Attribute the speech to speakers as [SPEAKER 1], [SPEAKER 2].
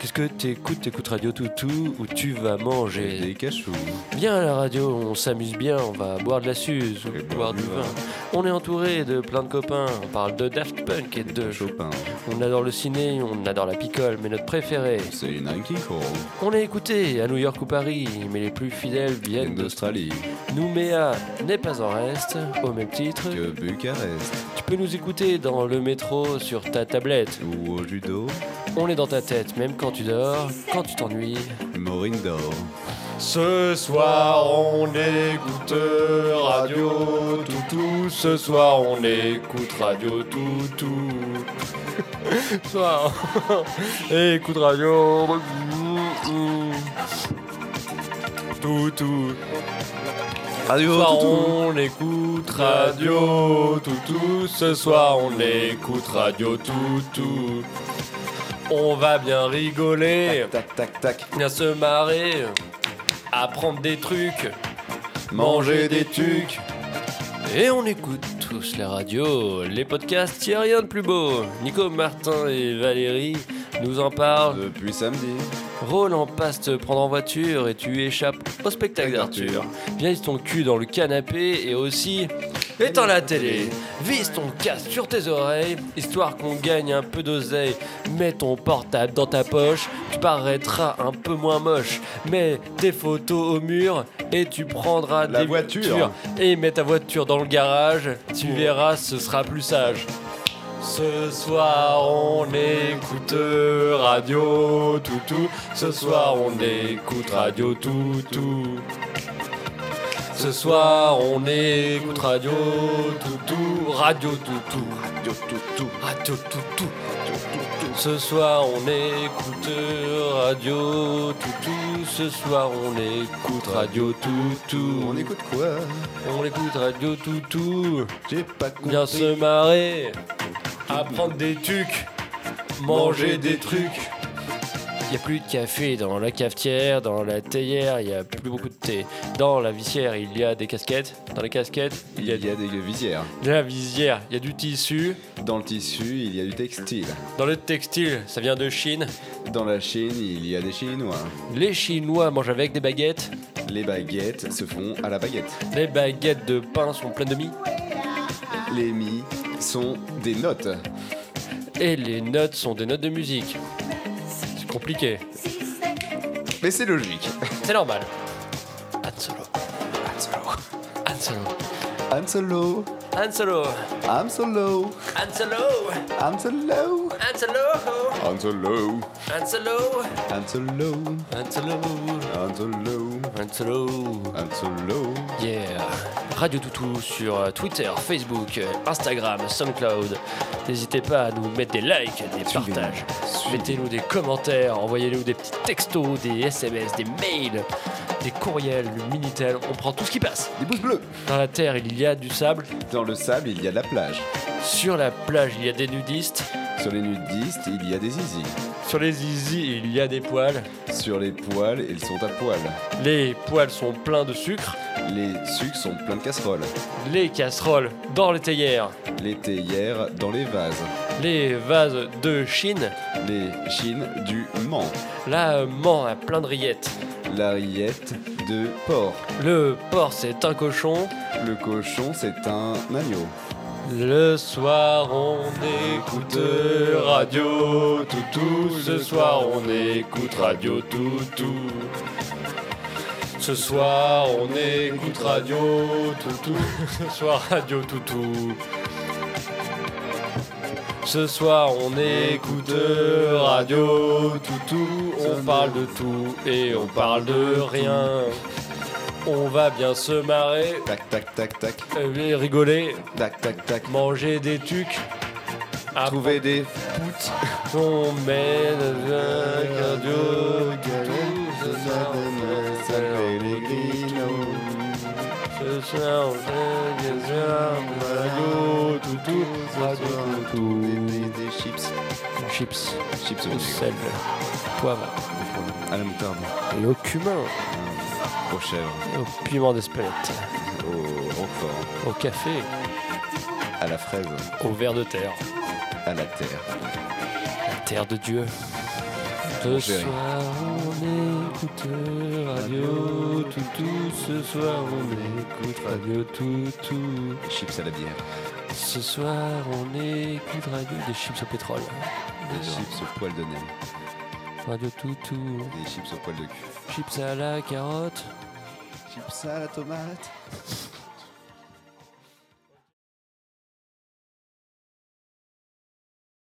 [SPEAKER 1] Qu'est-ce que t'écoutes T'écoutes Radio Toutou ou tu vas
[SPEAKER 2] J'ai
[SPEAKER 1] manger
[SPEAKER 2] des cachous.
[SPEAKER 1] Bien à la radio, on s'amuse bien, on va boire de la suze,
[SPEAKER 2] Et
[SPEAKER 1] boire du vin. On est entouré de plein de copains, on parle de Daft Punk et de...
[SPEAKER 2] Chopin.
[SPEAKER 1] On adore le ciné, on adore la picole, mais notre préféré,
[SPEAKER 2] C'est une Nike Crawl.
[SPEAKER 1] On est écouté à New York ou Paris, mais les plus fidèles viennent de
[SPEAKER 2] d'Australie
[SPEAKER 1] Nouméa n'est pas en reste, au même titre.
[SPEAKER 2] que Bucarest
[SPEAKER 1] Tu peux nous écouter dans le métro, sur ta tablette.
[SPEAKER 2] ou au judo,
[SPEAKER 1] On est dans ta tête, même quand tu dors, quand tu t'ennuies.
[SPEAKER 2] Morindor.
[SPEAKER 1] Ce soir, on écoute Radio Toutou. Ce soir, on écoute Radio Toutou. Ce soir, on écoute Radio Toutou. Ce
[SPEAKER 2] Radio
[SPEAKER 1] soir on écoute Radio Toutou, ce soir on écoute Radio Toutou. On va bien rigoler,
[SPEAKER 2] Tac tac tac.
[SPEAKER 1] bien se marrer, apprendre des trucs, manger des tucs. Et on écoute tous les radios, les podcasts, y a rien de plus beau. Nico, Martin et Valérie nous en parlent.
[SPEAKER 2] Depuis samedi.
[SPEAKER 1] Roland passe te prendre en voiture et tu échappes au spectacle d'Arthur. Vise ton cul dans le canapé et aussi éteins la télé. Vise ton casque sur tes oreilles, histoire qu'on gagne un peu d'oseille. Mets ton portable dans ta poche, tu paraîtras un peu moins moche. Mets tes photos au mur et tu prendras
[SPEAKER 2] La
[SPEAKER 1] des
[SPEAKER 2] voiture.
[SPEAKER 1] voitures. Et mets ta voiture dans le garage, tu verras, ce sera plus sage. Ce soir on écoute Radio Toutou. Ce soir on écoute Radio Toutou. Ce soir on écoute Radio Toutou. Radio Toutou.
[SPEAKER 2] Radio toutou.
[SPEAKER 1] Radio Toutou. Ce soir on écoute Radio Toutou. Ce soir on écoute Radio
[SPEAKER 2] On
[SPEAKER 1] Toutou.
[SPEAKER 2] écoute quoi
[SPEAKER 1] On écoute Radio Toutou.
[SPEAKER 2] J'ai pas compris.
[SPEAKER 1] Bien se marrer, apprendre des tucs, manger des trucs. Il a plus de café dans la cafetière, dans la théière, il y a plus beaucoup de thé. Dans la visière, il y a des casquettes. Dans les casquettes,
[SPEAKER 2] Il y a des visières.
[SPEAKER 1] dans la visière, il y a du tissu.
[SPEAKER 2] Dans le tissu, il y a du textile.
[SPEAKER 1] Dans le textile, ça vient de Chine.
[SPEAKER 2] Dans la Chine, il y a des Chinois.
[SPEAKER 1] Les Chinois mangent avec des baguettes.
[SPEAKER 2] Les baguettes se font à la baguette.
[SPEAKER 1] Les baguettes de pain sont pleines de mie.
[SPEAKER 2] Les mi sont des notes.
[SPEAKER 1] Et les notes sont des notes de musique. C'est compliqué.
[SPEAKER 2] Mais c'est logique.
[SPEAKER 1] C'est normal. Han Solo. Han Solo.
[SPEAKER 2] I'm so low,
[SPEAKER 1] Han Solo.
[SPEAKER 2] I'm so low,
[SPEAKER 1] Han Solo.
[SPEAKER 2] I'm so low,
[SPEAKER 1] Han Solo.
[SPEAKER 2] I'm so low,
[SPEAKER 1] Han Solo.
[SPEAKER 2] I'm so low,
[SPEAKER 1] Han Solo.
[SPEAKER 2] I'm so low,
[SPEAKER 1] Han Solo.
[SPEAKER 2] I'm so low.
[SPEAKER 1] Yeah. Radio Toutou sur euh, Twitter, Facebook, euh, Instagram, SoundCloud. N'hésitez pas à nous mettre des likes, des
[SPEAKER 2] Suivez-nous.
[SPEAKER 1] partages.
[SPEAKER 2] Suivez-nous.
[SPEAKER 1] Mettez-nous des commentaires, envoyez-nous des petits textos, des SMS, des mails, des courriels, le Minitel. On prend tout ce qui passe.
[SPEAKER 2] Des pouces bleus.
[SPEAKER 1] Dans la terre, il y a du sable.
[SPEAKER 2] Dans le sable, il y a de la plage.
[SPEAKER 1] Sur la plage, il y a des nudistes.
[SPEAKER 2] Sur les nudistes, il y a des zizi.
[SPEAKER 1] Sur les zizi, il y a des poils.
[SPEAKER 2] Sur les poils, ils sont à poil.
[SPEAKER 1] Les poils sont pleins de sucre.
[SPEAKER 2] Les sucs sont pleins de casseroles.
[SPEAKER 1] Les casseroles dans les théières.
[SPEAKER 2] Les théières dans les vases.
[SPEAKER 1] Les vases de Chine.
[SPEAKER 2] Les chines du Mans.
[SPEAKER 1] La man a plein de rillettes.
[SPEAKER 2] La rillette de porc.
[SPEAKER 1] Le porc, c'est un cochon.
[SPEAKER 2] Le cochon, c'est un agneau.
[SPEAKER 1] Le soir, on écoute Radio Toutou. Ce soir, on écoute Radio Toutou. Ce soir, on écoute Radio Toutou. Ce soir, Radio Toutou. Ce soir, on écoute Radio Toutou. On parle de tout et on parle de rien. On va bien se marrer,
[SPEAKER 2] Tac, tac, tac, tac.
[SPEAKER 1] euh, et rigoler,
[SPEAKER 2] Tac, tac, tac.
[SPEAKER 1] manger des tucs. Ah,
[SPEAKER 2] Trouver des
[SPEAKER 1] on mène un cardio tout ce soir, on fait un
[SPEAKER 2] Pellegrino.
[SPEAKER 1] Ce soir, on fait des armes, radio, toutou. ragoût
[SPEAKER 2] Des, des- des chips.
[SPEAKER 1] chips,
[SPEAKER 2] Chips au
[SPEAKER 1] au
[SPEAKER 2] vinaigre.
[SPEAKER 1] sel, poivre,
[SPEAKER 2] À la moutarde.
[SPEAKER 1] et au cumin,
[SPEAKER 2] Aux chèvres.
[SPEAKER 1] et au piment d'Espelette,
[SPEAKER 2] Au roquefort.
[SPEAKER 1] au café,
[SPEAKER 2] À la fraise.
[SPEAKER 1] au verre de terre,
[SPEAKER 2] À la terre.
[SPEAKER 1] terre de Dieu. Ce
[SPEAKER 2] chéri.
[SPEAKER 1] soir on écoute radio, tout tout, ce soir on écoute radio, tout tout.
[SPEAKER 2] Chips à la bière.
[SPEAKER 1] Ce soir, on écoute Radio des chips au pétrole.
[SPEAKER 2] Des chips au poil de nez.
[SPEAKER 1] Radio toutou.
[SPEAKER 2] Des chips au poil de cul.
[SPEAKER 1] Chips à la carotte.
[SPEAKER 2] Chips à la tomate.